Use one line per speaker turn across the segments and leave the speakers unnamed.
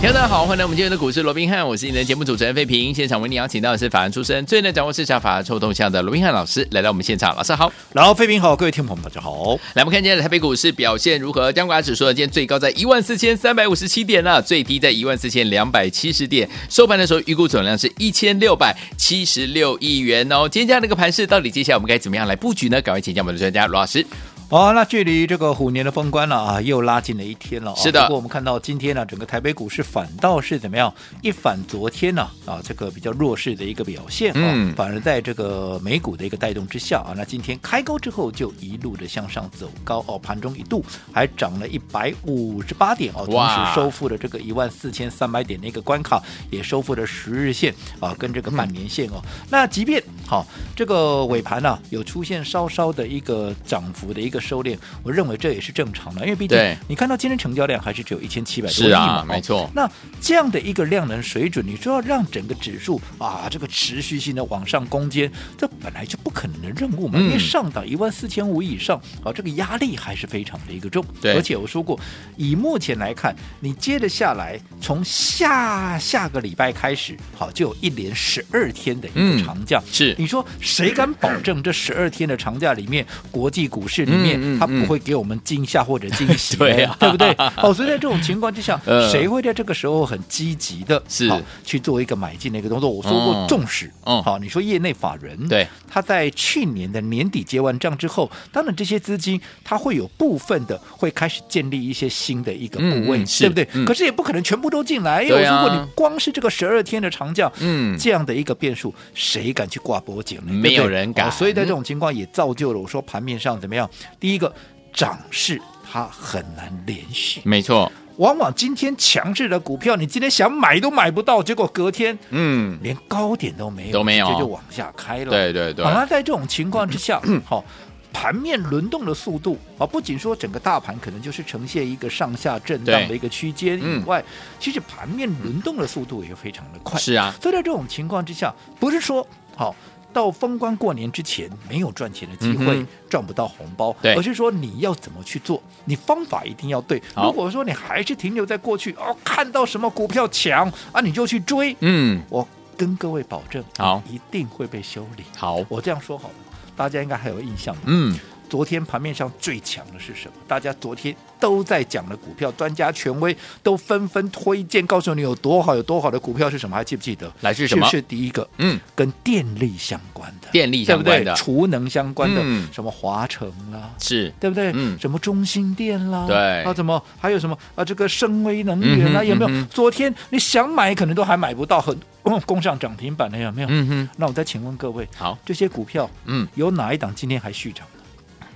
听众大家好，欢迎来我们今天的股市罗宾汉，我是你的节目主持人费平。现场为你邀请到的是法案出身、最能掌握市场法案臭动向的罗宾汉老师，来到我们现场。老师好，
然后，飞平好，各位听众朋友们，大家好。
来我们看今天的台北股市表现如何？加权指数呢，今天最高在14,357点呢、最低在14,270点，收盘的时候预估总量是1,676亿元哦。今天这样的一个盘势，到底接下来我们该怎么样来布局呢？赶快请教我们的专家罗老师。
哦，那距离这个虎年的封关了啊，又拉近了一天了、啊。
是的
不过我们看到今天呢、整个台北股市反倒是怎么样？一反昨天呢啊这个比较弱势的一个表现啊，
嗯
反而在这个美股的一个带动之下啊，那今天开高之后就一路的向上走高哦，盘中一度还涨了一百五十八点哦，同
哇
时收复了这个一万四千三百点的一个关卡，也收复了十日线啊，跟
嗯
这个半年线哦。那即便好、这个尾盘呢、有出现稍稍的一个涨幅的一个收敛，我认为这也是正常的，因为毕竟
对
你看到今天成交量还是只有一千七百多
是
亿
啊
嘛，
没错
那这样的一个量能水准，你说要让整个指数啊这个持续性的往上攻坚，这本来就不可能的任务嘛，
嗯
因为上档一万四千五以上啊，这个压力还是非常的一个重。
对
而且我说过，以目前来看，你接着下来，从下下个礼拜开始，好就有一连十二天的一
嗯
个长假，
是
你说谁敢保证这十二天的长假里面，国际股市里
嗯
面、
嗯嗯
它不会给我们惊吓或者惊喜呢？
对啊
对不对？哦，所以在这种情况之下，
呃
谁会在这个时候很积极的
是
去做一个买进的一个动作？我说过
嗯，
纵使、
嗯
好，你说业内法人
对
他在去年的年底结完账之后，当然这些资金它会有部分的会开始建立一些新的一个
嗯
部位，
嗯是
对不对？
嗯
可是也不可能全部都进来，因为
对
如
啊
果你光是这个十二天的长假，
嗯
这样的一个变数，谁敢去挂脖颈呢？
没有人敢嗯
对不对哦所以在这种情况也造就了我说盘面上怎么样？第一个涨势它很难连续，
没错，
往往今天强势的股票，你今天想买都买不到，结果隔天
嗯，
连高点都没有，
都没有
直接就往下开了。
对对对
嗯好，那在这种情况 之下，好、盘面轮动的速度啊，不仅说整个大盘可能就是呈现一个上下震荡的
对
一个区间
嗯
以外，其实盘面轮动的速度也非常的快。
是啊，
所以在这种情况之下，不是说好。到封关过年之前没有赚钱的机会，
嗯哼
赚不到红包，
对
而是说你要怎么去做，你方法一定要对。
好
如果说你还是停留在过去哦，看到什么股票强啊，你就去追，
嗯，
我跟各位保证，
好
你一定会被修理。
好，
我这样说好了，大家应该还有印象吧？
嗯，
昨天盘面上最强的是什么？大家昨天都在讲的股票，专家权威都纷纷推荐，告诉你有多好有多好的股票是什么？还记不记得？
来是什么
是第一个，
嗯，
跟电力相关的，
电力相关的
对不对储能相关的，
嗯
什么华城啦、
是
对不对？
嗯
什么中心店啦，
对
啊，怎么还有什么啊？这个深威能源啦，
嗯哼
有没有？
嗯哼
昨天你想买，可能都还买不到，很、嗯攻上涨停板了，有没有？
嗯哼，
那我再请问各位，
好，
这些股票
嗯，
有哪一档今天还续涨的？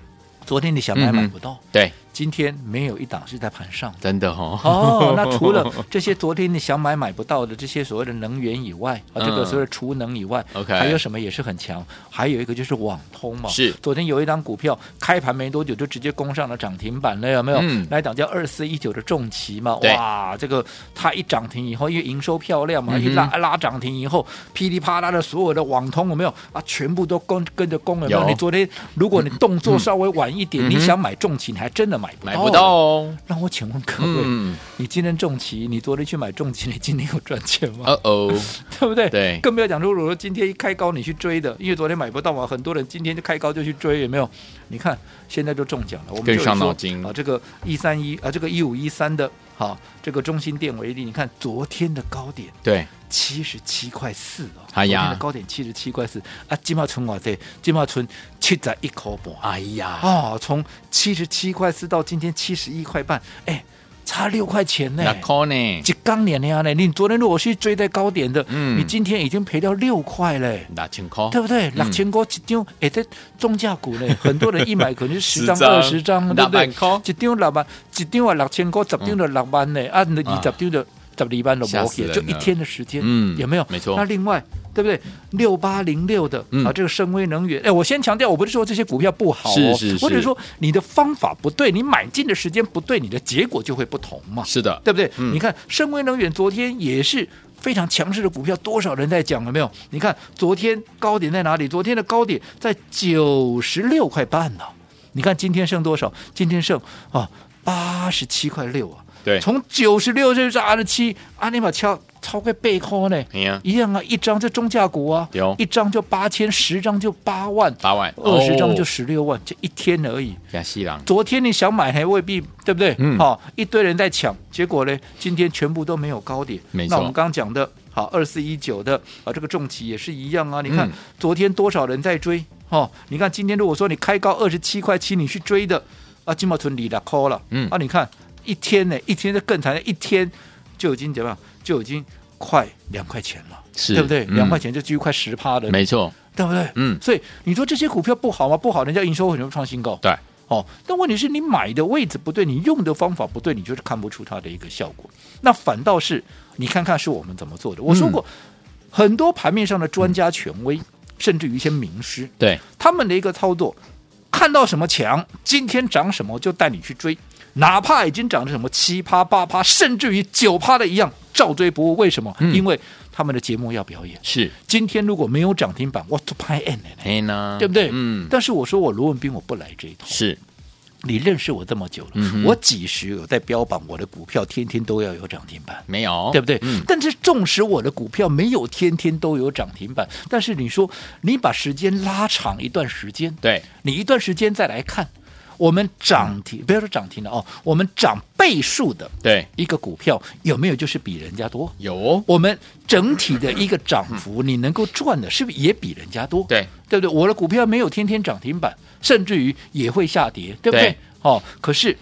昨天你想
嗯
买
哼
买不到，
对，
今天没有一档是在盘上的。
真的哦，
哦，那除 了这些昨天你想买买不到的这些所谓的能源以外，啊，
嗯
这个所谓的储能以外
OK
还有什么也是很强？还有一个就是网通嘛，
是
昨天有一档股票开盘没多久就直接攻上了涨停板了，有没有？
嗯
那一档叫二四一九的重旗嘛，
对
哇，这个它一涨停以后，因为营收漂亮嘛，
嗯哼
一拉拉涨停以后，噼里啪啦的所有的网通有没有啊？全部都跟跟着攻了。有没有
有
你昨天如果你动作稍微晚一
嗯
点，
哼
你想买重旗，你还真的买不到。
买不到。哦，
让我请问各位，
嗯，
你今天重旗，你昨天去买重旗，你今天有赚钱吗？
哦哦，
对不对？
对
更不要讲说，如果今天一开高你去追的，因为昨天买不到嘛，很多人今天就开高就去追，有没有？你看现在就中奖了，我们就
更
有
伤
说
脑筋
啊！这个一三一啊，这个一五一三的，好、这个中心店为例，你看昨天的高点
对，
七十七块四哦，
哎呀
昨天的高点七十七块四啊，金茂存我这金茂存七十一口半。
哎呀，
哦，从七十七块四到今天七十一块半，哎，差六块钱呢
那。可呢？
几刚年的呀呢？你昨天如果去追在高点的，
嗯
你今天已经赔掉六块嘞。
那情况
对不对？
嗯
两千块一张，哎，这中价股 呢，很多人一买可能是十张、
十张
二十张，对不对
六万块？嗯
一张六万，一张啊六千块，十张就六万呢，啊，你二十张就十二万都
吓
没
死
去，
人
就一
了
天的时间，
嗯
有没有？
没错
那另外对不对？六八零六的、
嗯
啊，这个深威能源，哎，我先强调，我不是说这些股票不好、哦，
是是是
我只是说你的方法不对，你买进的时间不对，你的结果就会不同嘛。
是的，
对不对？
嗯
你看深威能源昨天也是非常强势的股票，多少人在讲了没有？你看昨天高点在哪里？昨天的高点在九十六块半呢、你看今天剩多少？今天剩啊八十七块六啊。
对
从九十六这是八十七，阿尼玛超超过背空呢，
哎呀
一样啊，一张这中价股啊
有，
一张就八千，十张就八万，
八万
二十张就
哦
十六万，这一天而已。
亚西郎，
昨天你想买还未必，对不对？
嗯
好、一堆人在抢，结果呢，今天全部都没有高点。
没错
那我们刚刚讲的，好，二四一九的啊，这个重企也是一样啊。你看、
嗯
昨天多少人在追，哦，你看今天如果说你开高二十七块七，你去追的啊，金茂屯里的 call 了，
嗯
啊，你看一天呢，一天就更惨了，一天就已经怎么样，就已经快两块钱了，
是
对不对？
嗯
两、块钱就几乎快十趴了，
没错，
对不对？
嗯
所以你说这些股票不好吗？不好，人家营收为什么创新高？
对，
哦，但问题是你买的位置不对，你用的方法不对，你就是看不出它的一个效果。那反倒是你看看是我们怎么做的。我说
嗯
过，很多盘面上的专家权威，甚至于一些名师，
对，
他们的一个操作，看到什么强，今天涨什么就带你去追，哪怕已经涨了什么七趴、八趴，甚至于九趴的一样，照追不误。为什么？
嗯
因为他们的节目要表演。
是
今天如果没有涨停板，我就拍 N 了，
嘿呢，
对不对？
嗯，
但是我说我罗文斌我不来这一套。
是
你认识我这么久了，
嗯哼
我几时有在标榜我的股票天天都要有涨停板？
没有，
对不对？
嗯，
但是纵使我的股票没有天天都有涨停板，但是你说你把时间拉长一段时间，
对，
你一段时间再来看，我们涨停，不要说涨停了哦，我们涨倍数的
对，
一个股票有没有就是比人家多？
有哦，
我们整体的一个涨幅，你能够赚的是不是也比人家多？
嗯对，
对不对？我的股票没有天天涨停板，甚至于也会下跌，对不对？
对
哦，可是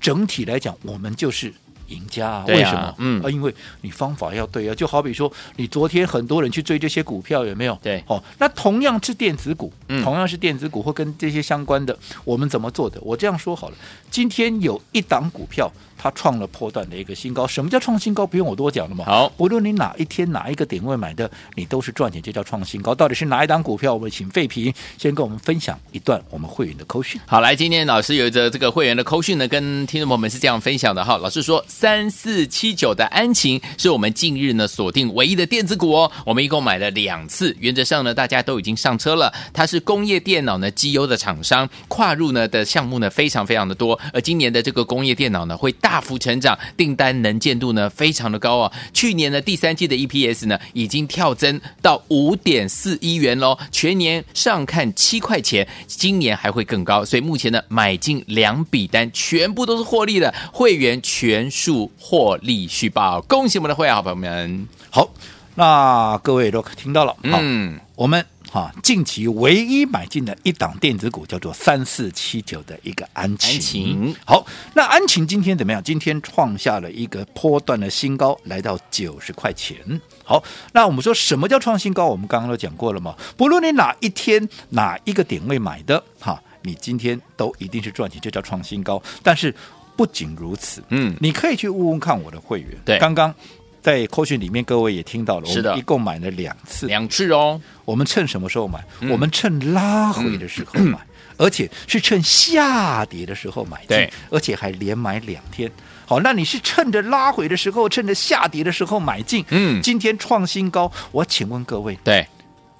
整体来讲，我们就是。赢家、啊
对啊
为什么？
嗯
啊，因为你方法要对啊。就好比说，你昨天很多人去追这些股票，有没有？
对
哦，那同样是电子股，
嗯
同样是电子股或跟这些相关的，我们怎么做的？我这样说好了，今天有一档股票，它创了波段的一个新高。什么叫创新高？不用我多讲了嘛。
好
不论你哪一天哪一个点位买的，你都是赚钱，这叫创新高。到底是哪一档股票？我们请费平先跟我们分享一段我们会员的扣讯。
好，来，今天老师有一则这个会员的扣讯呢，跟听众朋友们是这样分享的哈。老师说，三四七九的安晴是我们近日呢锁定唯一的电子股哦。我们一共买了两次，原则上呢大家都已经上车了。它是工业电脑呢绩优的厂商，跨入呢的项目呢非常非常的多，而今年的这个工业电脑呢会大幅成长，订单能见度呢非常的高哦。去年呢第三季的 EPS 呢已经跳增到五点四一元喽，全年上看七块钱，今年还会更高，所以目前呢买进两笔单，全部都是获利的，会员全数获利续报，恭喜我们的会员好朋友们。
好，那各位都听到了，好，
嗯，
我们哈近期唯一买进的一档电子股叫做三四七九的一个安
安
琪。
晴
好，那安晴今天怎么样？今天创下了一个波段的新高，来到九十块钱。好，那我们说什么叫创新高？我们刚刚都讲过了嘛。不论你哪一天哪一个点位买的，哈，你今天都一定是赚钱，这叫创新高。但是不仅如此，
嗯
你可以去问问看我的会员。
对
刚刚在扣讯里面各位也听到了，
是的
我们一共买了两次，
两次哦，
我们趁什么时候买？
嗯
我们趁拉回的时候买，而且是趁下跌的时候买进
对，
而且还连买两天。好，那你是趁着拉回的时候，趁着下跌的时候买进，
嗯
今天创新高，我请问各位，
对，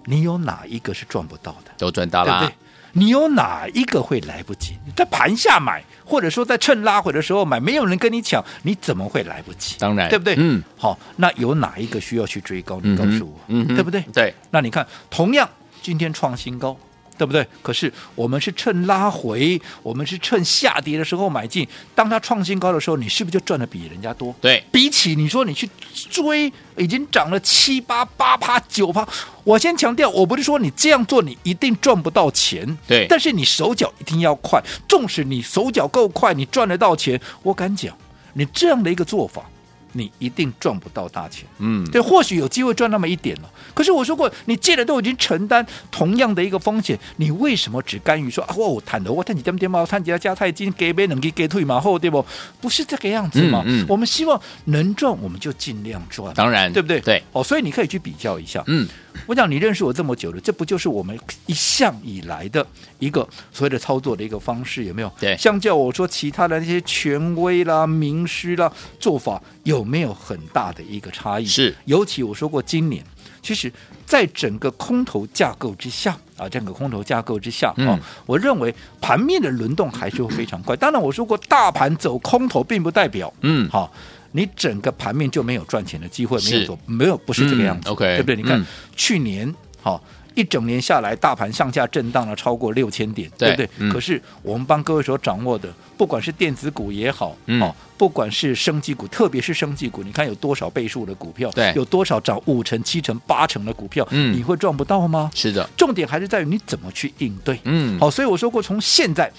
你有哪一个是赚不到的？
都赚到
对
啦。
不对？你有哪一个会来不及？在盘下买，或者说在趁拉回的时候买，没有人跟你抢，你怎么会来不及？
当然
对不对？
嗯，
好，那有哪一个需要去追高？你
嗯
告
哼
诉我，
嗯哼
对不对？
对，
那你看，同样今天创新高。对不对？可是我们是趁拉回，我们是趁下跌的时候买进。当它创新高的时候，你是不是就赚的比人家多？
对
比起你说你去追，已经涨了七八八趴九趴，我先强调，我不是说你这样做你一定赚不到钱，
对
但是你手脚一定要快，纵使你手脚够快，你赚得到钱，我敢讲，你这样的一个做法，你一定赚不到大钱。
嗯，
对，或许有机会赚那么一点了。可是我说过，你借的都已经承担同样的一个风险，你为什么只甘于说啊，我有谈的，我赚几点点嘛，我赚几条加菜金，给杯能给给退马后，对不？不是这个样子嘛。
嗯嗯
我们希望能赚，我们就尽量赚，
当然，
对不对？
对，
哦，所以你可以去比较一下，
嗯，
我想你认识我这么久了，这不就是我们一向以来的一个所谓的操作的一个方式，有没有？
对
相较我说其他的那些权威啦、名师啦做法，有没有很大的一个差异？
是
尤其我说过，今年其实在整个空头架构之下啊，整个空头架构之下、
嗯
哦，我认为盘面的轮动还是会非常快。当然，我说过，大盘走空头，并不代表
嗯
好、你整个盘面就没有赚钱的机会，没
是
有做，没有不是这个
嗯
样子、
，OK，
对不对？你看、
嗯
去年好。一整年下来，大盘上下震荡了超过六千点，对不
对
对？
嗯
可是我们帮各位所掌握的，不管是电子股也好，
嗯
哦，不管是升级股，特别是升级股，你看有多少倍数的股票，
对
有多少涨五成、七成、八成的股票，
嗯
你会赚不到吗？
是的，
重点还是在于你怎么去应对。
嗯，
好，所以我说过，从现在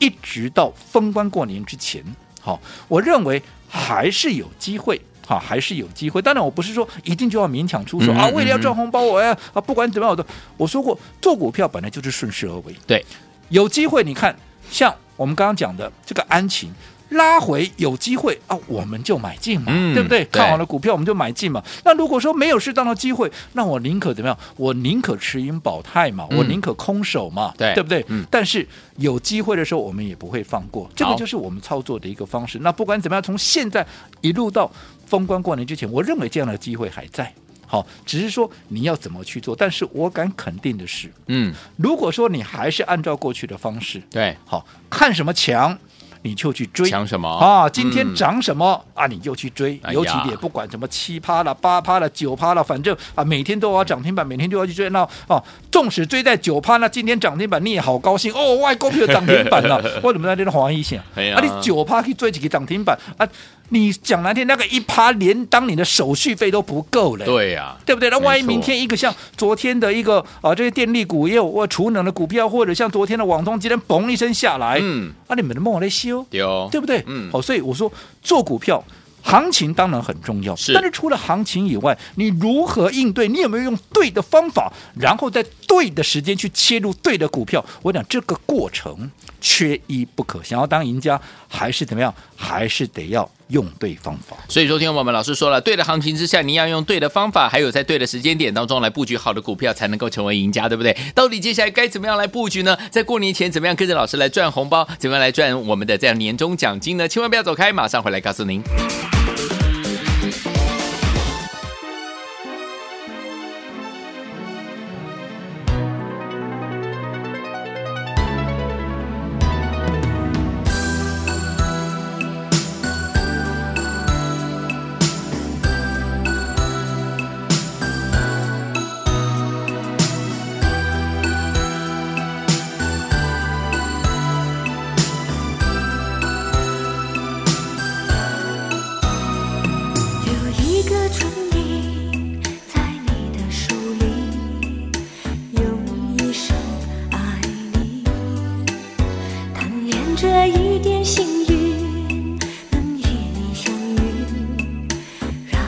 一直到封关过年之前，好，我认为还是有机会。好，还是有机会。当然，我不是说一定就要勉强出手、
嗯
啊，
嗯
为了要赚
嗯
红包，我要啊，不管怎么样，我都我说过，做股票本来就是顺势而为。
对，
有机会，你看，像我们刚刚讲的这个安晴拉回有机会啊，我们就买进嘛，
嗯
对不对？
对
看好了股票我们就买进嘛。那如果说没有适当的机会，那我宁可怎么样？我宁可持盈保泰嘛，
嗯
我宁可空手嘛，
对
对不对？
嗯
但是有机会的时候，我们也不会放过，这个
好
就是我们操作的一个方式。那不管怎么样，从现在一路到封关过年之前，我认为这样的机会还在。好，只是说你要怎么去做，但是我敢肯定的是，
嗯，
如果说你还是按照过去的方式，
对，
好看什么强，你就去追。
抢什么
啊，今天
嗯
涨什么、啊，你就去追
哎，呀
尤其也不管什么七趴了、八趴了、九趴了，反正啊，每天都要涨停板，每天都要去追。那哦，纵使追在九趴，那今天涨停板你也好高兴哦，外股票涨停板 了，我怎么在这边怀疑一下？
哎呀
啊，你九趴去追几个涨停板啊？你讲难听，那个一趴连当你的手续费都不够嘞。
对呀，
对不对？那万一
没错
明天一个像昨天的一个啊，这些电力股也有或储能的股票，或者像昨天的网通，今天嘣一声下来，
嗯，
啊，你们的梦来修，
丢，
对不对？
嗯
好、所以我说做股票。行情当然很重要，
是
但是除了行情以外，你如何应对？你有没有用对的方法，然后在对的时间去切入对的股票？我讲这个过程缺一不可。想要当赢家，还是怎么样？还是得要用对方法。
所以，昨天我们老师说了，对的行情之下，你要用对的方法，还有在对的时间点当中来布局好的股票，才能够成为赢家，对不对？到底接下来该怎么样来布局呢？在过年前，怎么样跟着老师来赚红包？怎么样来赚我们的这样年终奖金呢？千万不要走开，马上回来告诉您。
有一个春影在你的书里，用一生爱你。贪恋这一点幸运，能与你相遇，让。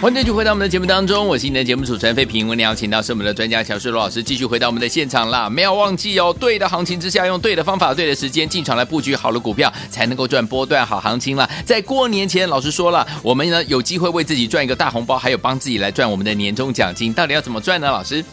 欢迎继续回到我们的节目当中，我是你的节目主持人费平。为您邀请到是我们的专家乔世罗老师，继续回到我们的现场啦。没有忘记哦，对的行情之下，用对的方法、对的时间进场来布局好的股票，才能够赚波段好行情啦。在过年前，老师说了，我们呢有机会为自己赚一个大红包，还有帮自己来赚我们的年终奖金。到底要怎么赚呢？老师，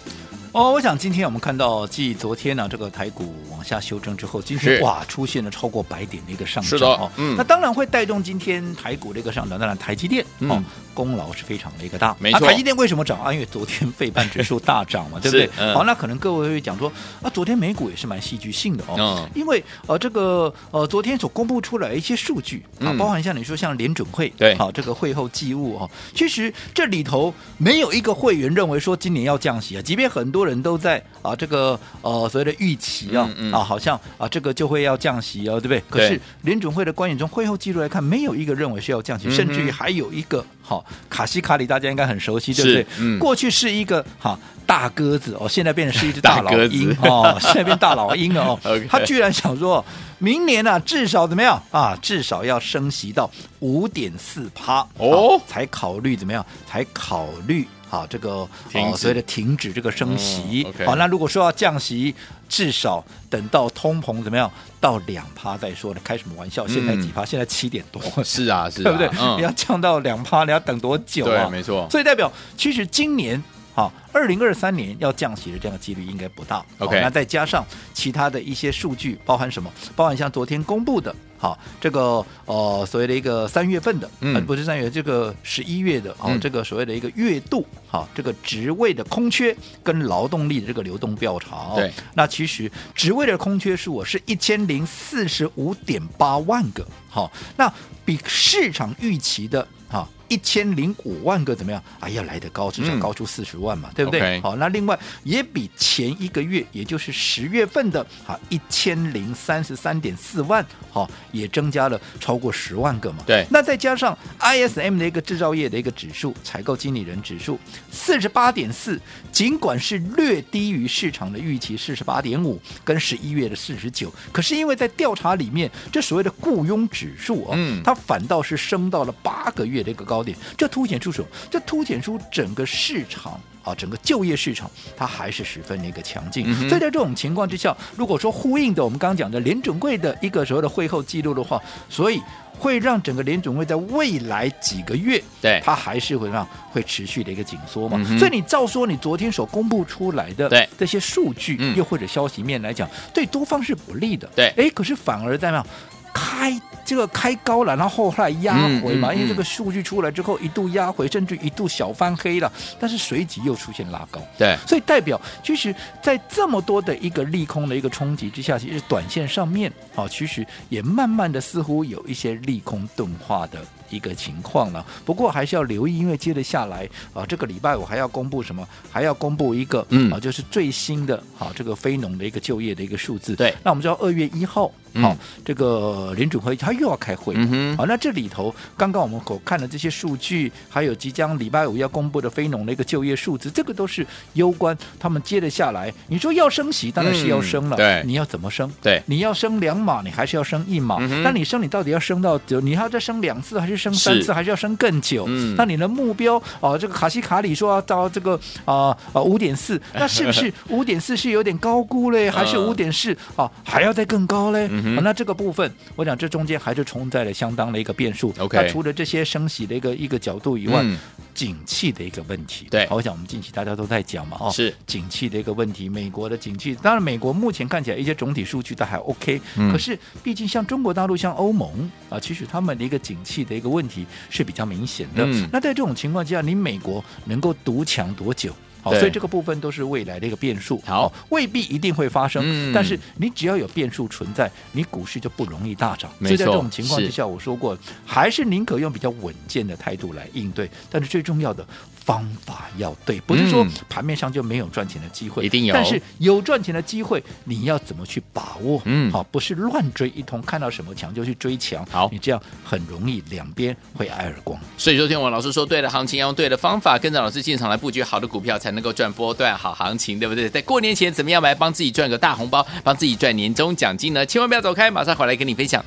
哦，我想今天我们看到，继昨天呢、这个台股往下修正之后，今
是
天哇出现了超过百点的一个上涨
是的
哦，
嗯
那当然会带动今天台股的一个上涨。当然，台积电、
嗯
哦功劳是非常的一个大，
没错
啊台积电为什么涨啊？因为昨天费半指数大涨 嘛，对不对
是？嗯
好，那可能各位会讲说啊，昨天美股也是蛮戏剧性的哦，
嗯
因为呃这个呃昨天所公布出来一些数据啊，
嗯
包含像你说像联准会
对
好、这个会后记录哦，其实这里头没有一个会员认为说今年要降息啊，即便很多人都在啊这个呃所谓的预期啊、
嗯嗯
啊，好像啊这个就会要降息啊，对不对？可
对
是联准会的官员从会后记录来看，没有一个认为是要降息，
嗯哼
甚至于还有一个好、卡西卡里，大家应该很熟悉，对不
是
对？
嗯
过去是一个好、大鸽子哦，现在变成是一只
大
大老
鸽子
鹰哦，现在变大老鹰了哦
OK，
他居然想说，明年啊，至少怎么样啊？至少要升息到五点四趴
哦
才考虑怎么样？才考虑啊这个
停止
所谓的停止这个升息。
嗯，OK
好，那如果说要降息，至少等到通膨怎么样到两趴再说呢？开什么玩笑？现在几趴？
嗯
现在七点多。
是啊，是
对不对？你要降到两趴，你要等多久
对
啊？
没错
所以代表，其实今年好，二零二三年要降息的这样的几率应该不大。好
OK
那再加上其他的一些数据，包含什么？包含像昨天公布的，好，这个呃所谓的一个三月份的，
嗯
呃不是三月，这个十一月的，哦，
嗯
这个所谓的一个月度，好，这个职位的空缺跟劳动力的这个流动调查，哦
对，
那其实职位的空缺数啊是一千零四十五点八万个，好，那比市场预期的啊一千零五万个怎么样？哎呀，来得高，至少
嗯
高出四十万嘛，对不对
OK
好，那另外也比前一个月，也就是十月份的啊一千零三十三点四万，好、也增加了超过十万个嘛，
对
那再加上 ISM 的一个制造业的一个指数，采购经理人指数四十八点四，尽管是略低于市场的预期四十八点五，跟十一月的四十九，可是因为在调查里面，这所谓的雇佣指数哦，
嗯
它反倒是升到了八个月的一个高点，这凸显出什么？这凸显出整个市场。啊，整个就业市场它还是十分的一个强劲，
嗯哼
所以在这种情况之下，如果说呼应的我们刚刚讲的联准会的一个所谓的会后记录的话，所以会让整个联准会在未来几个月，
对
它还是会让会持续的一个紧缩嘛。
嗯哼
所以你照说你昨天所公布出来的
对
这些数据，
嗯
又或者消息面来讲，对多方是不利的。
对
哎，可是反而在那开这个开高了，然后后来压回嘛，
嗯嗯
因为这
嗯
个数据出来之后一度压回，甚至一度小翻黑了，但是随即又出现拉高。
对，
所以代表其实，在这么多的一个利空的一个冲击之下，其实短线上面，好、其实也慢慢的似乎有一些利空钝化的一个情况了。不过还是要留意，因为接着下来啊，这个礼拜我还要公布什么？还要公布一个，
嗯
啊，就是最新的好、这个非农的一个就业的一个数字。
对
那我们知道二月一号，好、哦
嗯
这个联准会它又要开会了。
嗯哼，
好，那这里头刚刚我们所看的这些数据，还有即将礼拜五要公布的非农的一个就业数字，这个都是攸关他们接着下来。你说要升息，当然是要升了，
嗯对
你要怎么升？
对
你要升两码，你还是要升一码？
嗯哼
那你升，你到底要升到久？你还要再升两次，还是升三
是
次，还是要升更久？
嗯
那你的目标哦、这个卡西卡里说要到这个啊啊五点四，那是 不是五点四是有点高估嘞？还是
嗯
五点四啊还要再更高嘞、
嗯哼
啊那这个部分，我想这中间还是存在了相当的一个变数。
OK
那除了这些升息的一个一个角度以外，
嗯
景气的一个问题，
对
好我想我们近期大家都在讲嘛，哦，
是
景气的一个问题，美国的景气，当然美国目前看起来一些总体数据都还 OK，、
嗯
可是毕竟像中国大陆、像欧盟啊，其实他们的一个景气的一个问题是比较明显的。
嗯
那在这种情况之下，你美国能够独强多久？好，
对
所以这个部分都是未来的一个变数，
好
哦未必一定会发生，
嗯
但是你只要有变数存在，你股市就不容易大涨。
没
所以在这
错
种情况之
是
下，我说过，还是宁可用比较稳健的态度来应对，但是最重要的方法要对，不是说
嗯
盘面上就没有赚钱的机会，
一定有
但是有赚钱的机会，你要怎么去把握？
嗯
好，不是乱追一通，看到什么强就去追强，
好
你这样很容易两边会挨耳光。
所以，昨天我老师说对的行情，要用对的方法，跟着老师进场来布局好的股票，才能够赚波段好行情，对不对？在过年前，怎么样来帮自己赚个大红包，帮自己赚年终奖金呢？千万不要走开，马上回来跟你分享。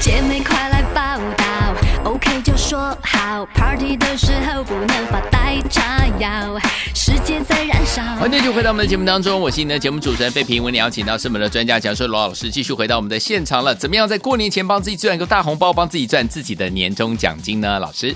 姐妹快来报道，OK 就说好，Party 的时候不能发呆叉腰，世界在燃烧。
欢迎继续回到我们的节目当中，我是你的节目主持人费平。为你邀请到是我们的专家讲授罗老师，继续回到我们的现场了。怎么样在过年前帮自己赚一个大红包，帮自己赚自己的年终奖金呢？老师，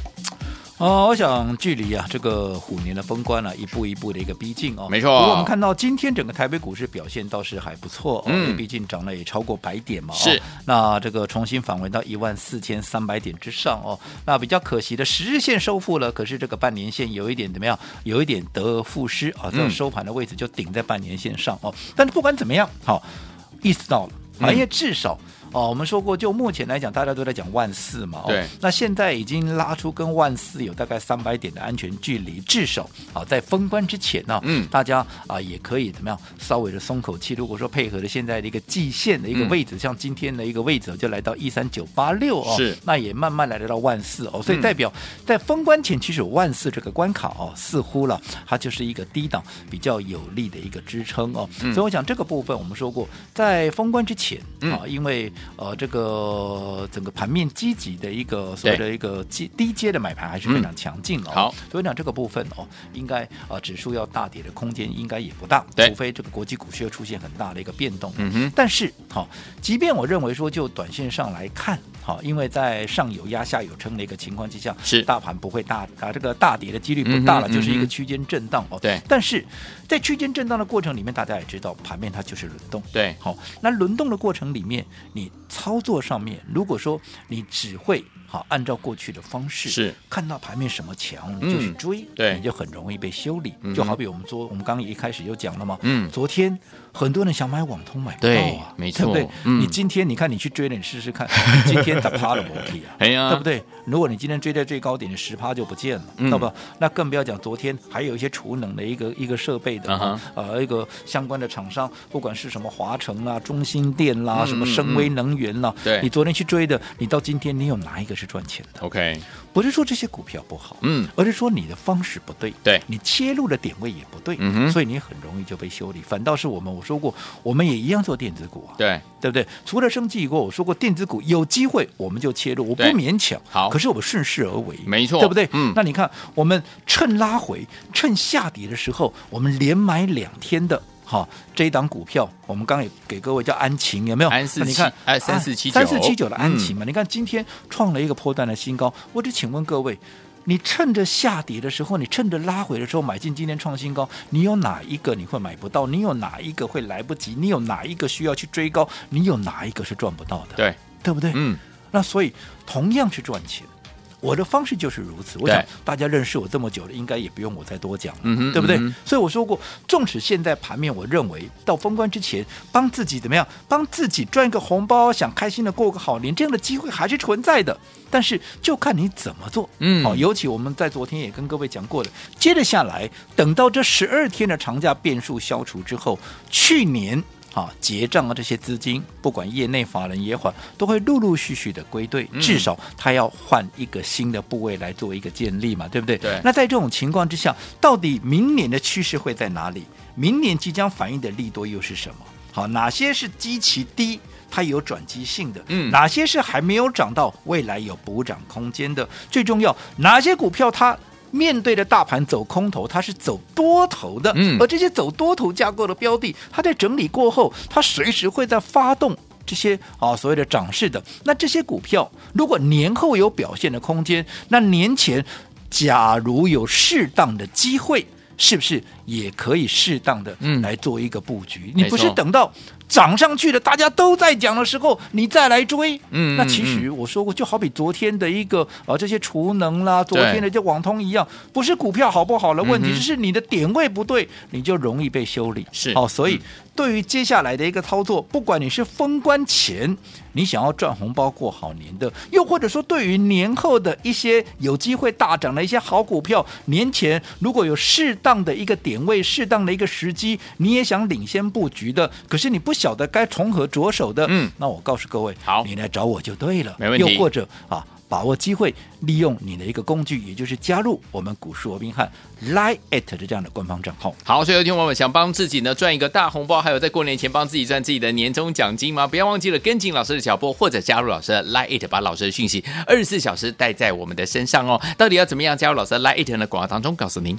哦，我想距离啊这个虎年的封关啊，一步一步的一个逼近哦。
没错
不过我们看到今天整个台北股市表现倒是还不错哦，
嗯
因为毕竟涨了也超过百点嘛、哦。
是。
那这个重新返回到一万四千三百点之上哦。那比较可惜的十日线收复了，可是这个半年线有一点怎么样？有一点得而复失啊，这
嗯
个收盘的位置就顶在半年线上哦。但是不管怎么样，好、意识到了，啊，
嗯
因为至少。哦，我们说过，就目前来讲，大家都在讲万四嘛，哦
对
那现在已经拉出跟万四有大概三百点的安全距离，至少啊，在封关之前呢、
嗯
大家啊也可以怎么样，稍微的松口气。如果说配合了现在的一个季线的一个
嗯
位置，像今天的一个位置就来到一三九八六哦，
是
那也慢慢来得到万四哦，所以
嗯
代表在封关前，其实有万四这个关卡哦，似乎了它就是一个低档比较有力的一个支撑哦，所以我想这个部分我们说过，在封关之前
嗯
啊，因为呃这个呃整个盘面积极的一个所谓的一个低低阶的买盘还是非常强劲哦。
嗯好，
所以讲这个部分哦，应该啊、呃指数要大跌的空间应该也不大，
对
除非这个国际股市又出现很大的一个变动。
嗯哼，
但是好、即便我认为说就短线上来看，好、因为在上有压下有撑的一个情况之下，
是
大盘不会大啊，这个大跌的几率不大
嗯
了，
哼
就是
嗯
一个
哼
区间震荡哦。
对
但是在区间震荡的过程里面，大家也知道盘面它就是轮动。
对，
好、那轮动的过程里面，你操作上面，如果说你只会好按照过去的方式，
是
看到盘面什么强你就去
嗯
追，
对
你就很容易被修理。
嗯哼
就好比我们昨我们刚刚一开始就讲了嘛，
嗯
昨天很多人想买网通买不到
对
啊，
没
对不对
错？嗯
你今天你看你去追了，你试试看，今天咋趴了我去啊？
哎呀
对不对？如果你今天追在最高点，你十趴就不见了，
嗯
那么那更不要讲昨天还有一些储能的一个一个设备的
啊哈
呃一个相关的厂商，不管是什么华城啦、中兴电啦、
嗯
什么深威能源啦，
对
你昨天去追的，你到今天你有哪一个是赚钱的？
，OK，
不是说这些股票不好，
嗯，
而是说你的方式不对，
对
你切入的点位也不对，
嗯哼
所以你很容易就被修理。反倒是我们我说过，我们也一样做电子股啊，
对，
对不对？除了生计以外，我说过电子股有机会我们就切入，我不
对
勉强。
好
可是我们顺势而为，
没错
对不对？
嗯
那你看，我们趁拉回、趁下跌的时候，我们连买两天的。好，这一档股票，我们刚刚也给各位叫安晴，有没有？
安四
那你
七
看，啊
哎3479
三四七九的安晴嘛，你看今天创了一个波段的新高。我只请问各位，你趁着下跌的时候，你趁着拉回的时候买进今天创新高，你有哪一个你会买不到？你有哪一个会来不及？你有哪一个需要去追高？你有哪一个是赚不到的？
对，
对不对？
嗯，
那所以同样是赚钱。我的方式就是如此，我
对
想大家认识我这么久了，应该也不用我再多讲了，
嗯哼
对不对？
嗯哼
所以我说过，纵使现在盘面，我认为到封关之前，帮自己怎么样，帮自己赚个红包，想开心的过个好年，这样的机会还是存在的。但是就看你怎么做，
嗯
好、尤其我们在昨天也跟各位讲过的，哦接着下来，等到这十二天的长假变数消除之后，去年。啊，结账的这些资金，不管业内法人也好，都会陆陆续续的归队，至少他要换一个新的部位来做一个建立嘛，对不对？
对
那在这种情况之下，到底明年的趋势会在哪里？明年即将反映的利多又是什么？好，哪些是基期低？它有转机性的，
嗯
哪些是还没有涨到未来有补涨空间的？最重要，哪些股票它面对着大盘走空头，它是走多头的，
嗯
而这些走多头架构的标的，它在整理过后，它随时会在发动。这些啊，所谓的涨势的，那这些股票如果年后有表现的空间，那年前假如有适当的机会，是不是也可以适当的
嗯
来做一个布局？
没
你
错
不是等到涨上去了，大家都在讲的时候，你再来追？
嗯
那
嗯
其实我说过，就好比昨天的一个啊，这些储能啦，昨天的就网通一样，不是股票好不好的问题，
嗯哼
是你的点位不对，你就容易被修理。
是
哦，所以对于接下来的一个操作，不管你是封关前你想要赚红包过好年的，又或者说对于年后的一些有机会大涨的一些好股票，年前如果有适当的一个点位、适当的一个时机，你也想领先布局的，可是你不晓得该从何着手的，
嗯
那我告诉各位，
好
你来找我就对了，
没问题
又或者啊。把握机会，利用你的一个工具，也就是加入我们股市罗宾汉 Line at 的这样的官方账号。
好，所以有听众朋友们想帮自己呢赚一个大红包，还有在过年前帮自己赚自己的年终奖金吗？不要忘记了跟紧老师的脚步，或者加入老师的 Line It，把老师的讯息二十四小时带在我们的身上哦。到底要怎么样加入老师的 Line It 呢？广告当中告诉您。